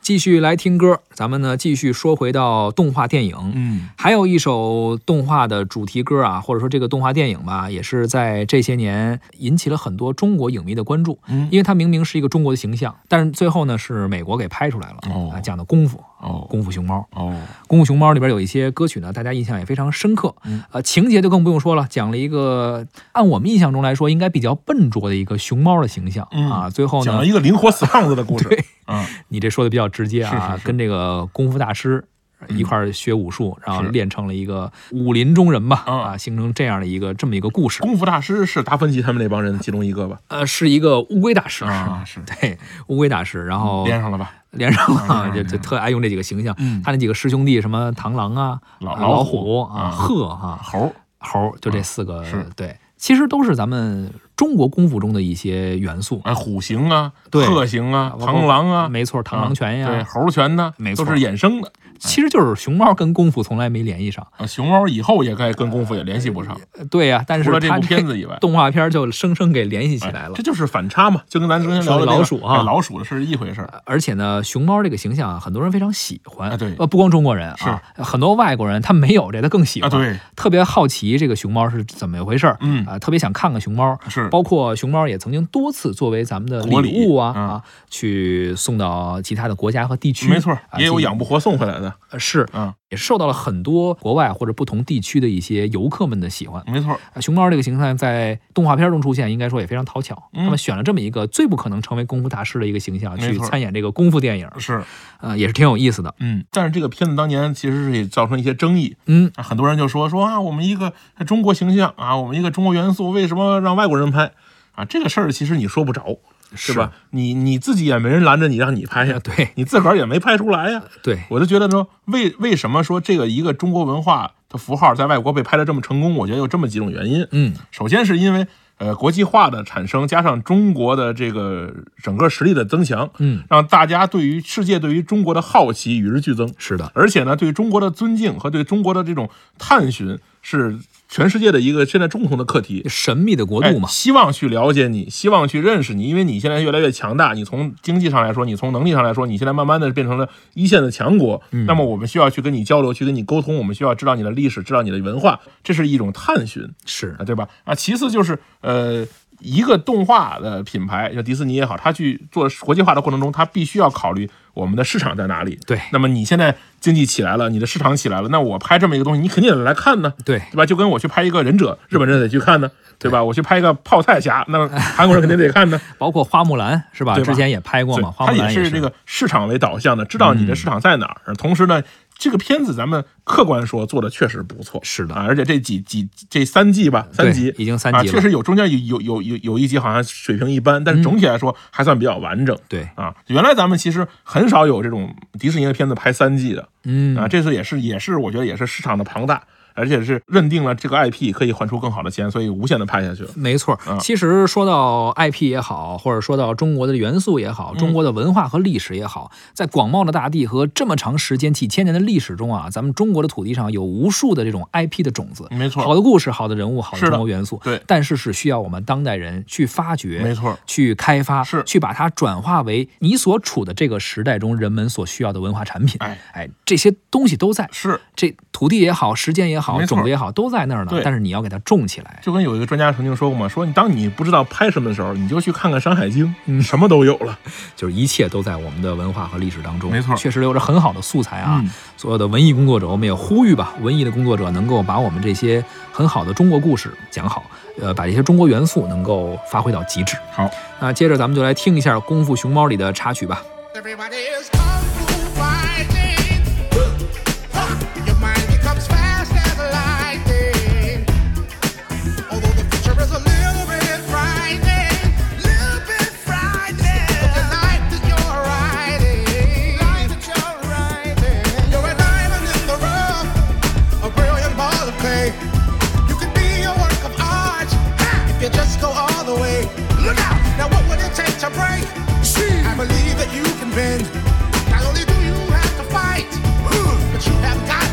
继续来听歌，咱们呢继续说回到动画电影，嗯还有一首动画的主题歌啊，或者说这个动画电影吧，也是在这些年引起了很多中国影迷的关注，嗯因为它明明是一个中国的形象，但是最后呢是美国给拍出来了。哦啊，讲的功夫，哦功夫熊猫，哦功夫熊猫里边有一些歌曲呢，大家印象也非常深刻。嗯呃，情节就更不用说了，讲了一个按我们印象中来说应该比较笨拙的一个熊猫的形象、嗯啊。最后讲呢了，一个灵活死胖子的故事。 对嗯你这说的比较直接啊，是是是嗯跟这个功夫大师一块儿学武术，然后是练成了一个武林中人吧，嗯啊，形成这样的一个这么一个故事。功夫大师是达芬奇他们那帮人的其中一个吧？呃，是一个乌龟大师，啊，是对，乌龟大师，然后连上了吧？连上了，嗯就就特爱用这几个形象。嗯他那几个师兄弟，什么螳螂啊、老啊老老虎啊、嗯鹤啊、猴儿猴儿，就这四个是对，其实都是咱们中国功夫中的一些元素。哎，虎形啊，对鹤形啊，包括螳螂啊，没错，螳螂拳对，呀，猴拳呢，没都错是衍生的。其实就是熊猫跟功夫从来没联系上。啊，熊猫以后也该跟功夫也联系不上，呃对呀，但除是了这它部片子以外。动画片就生生给联系起哎来了这。就是反差嘛，就跟咱之前聊说的那个老鼠啊哎老鼠的是一回事儿。而且呢，熊猫这个形象啊，很多人非常喜欢。啊对呃，不光中国人啊，很多外国人他没有这，他更喜啊，欢。，对，特别好奇这个熊猫是怎么一回事儿。嗯啊、特别想看看熊猫。是包括熊猫也曾经多次作为咱们的国礼礼物啊嗯啊，去送到其他的国家和地区。没错，啊也有进养不活送回来的，呃是，嗯，也受到了很多国外或者不同地区的一些游客们的喜欢。嗯没错，啊熊猫这个形象在动画片中出现，应该说也非常讨巧。嗯他们选了这么一个最不可能成为功夫大师的一个形象没去错参演这个功夫电影，是，呃，也是挺有意思的。嗯，但是这个片子当年其实是也造成一些争议，嗯，啊很多人就说说啊，我们一个中国形象啊，我们一个中国元素，为什么让外国人拍啊？这个事儿其实你说不着，是吧？你你自己也没人拦着你让你拍呀、呃？对你自个儿也没拍出来呀、对，我就觉得说，为为什么说这个一个中国文化的符号在外国被拍得这么成功？我觉得有这么几种原因。嗯，首先是因为呃国际化的产生，加上中国的这个整个实力的增强，嗯，让大家对于世界对于中国的好奇与日俱增，是的，而且呢，对中国的尊敬和对中国的这种探寻是全世界的一个现在共同的课题。神秘的国哎度嘛，希望去了解你，希望去认识你，因为你现在越来越强大。你从经济上来说，你从能力上来说，你现在慢慢的变成了一线的强国。那么我们需要去跟你交流，去跟你沟通，我们需要知道你的历史，知道你的文化，这是一种探寻是啊，对吧？啊，其次就是呃。一个动画的品牌，像迪士尼也好，它去做国际化的过程中，它必须要考虑我们的市场在哪里。对那么你现在经济起来了，你的市场起来了，那我拍这么一个东西，你肯定得来看呢。对，对吧？就跟我去拍一个忍者，日本人得去看呢，对吧？我去拍一个泡菜侠，那韩国人肯定得看呢。包括花木兰是吧？对吧之前也拍 过对嘛，，花它木兰是是这个市场为导向的，知道你的市场在哪儿。同时呢，这个片子咱们客观说做的确实不错，是的啊，而且这几几这三季吧，三对集已经三啊，集确了，嗯实有中间有有有有有一集好像水平一般，但是总体来说还算比较完整。对，啊，原来咱们其实很少有这种迪士尼的片子拍三季的，嗯啊，这次也是也是我觉得也是市场的庞大，而且是认定了这个 IP 可以换出更好的钱，所以无限的拍下去了。没错嗯，其实说到 IP 也好，或者说到中国的元素也嗯好，中国的文化和历史也好，在广袤的大地和这么长时间几千年的历史中啊，咱们中国的土地上有无数的这种 IP 的种子，嗯没错嗯好的故事、好的人物、好的是的中国元素，对但是是需要我们当代人去发掘，没错去开发，是去把它转化为你所处的这个时代中人们所需要的文化产品，哎哎，这些东西都在。是，这土地也好，时间也好，没错种子也好，都在那儿呢对。但是你要给它种起来。就跟有一个专家曾经说过嘛，说你当你不知道拍什么的时候，你就去看看《山海经》，嗯什么都有了。就是一切都在我们的文化和历史当中，没错确实留着很好的素材啊。嗯所有的文艺工作者，我们也呼吁吧，文艺的工作者能够把我们这些很好的中国故事讲好，呃，把这些中国元素能够发挥到极致。好，那接着咱们就来听一下《功夫熊猫》里的插曲吧。 Everybody is kung fu fighting. Ha! Your mind becomes fast as lightning. Although the future is a little bit frightening, little bit frightening. But the life that you're riding, life that you're riding, you're an island in the rough, a brilliant ball of clay. You could be a work of art ha! if you just go all the way. Look out! Now what would it take to break? I believe that you can bend. Not only do you have to fight, but you have got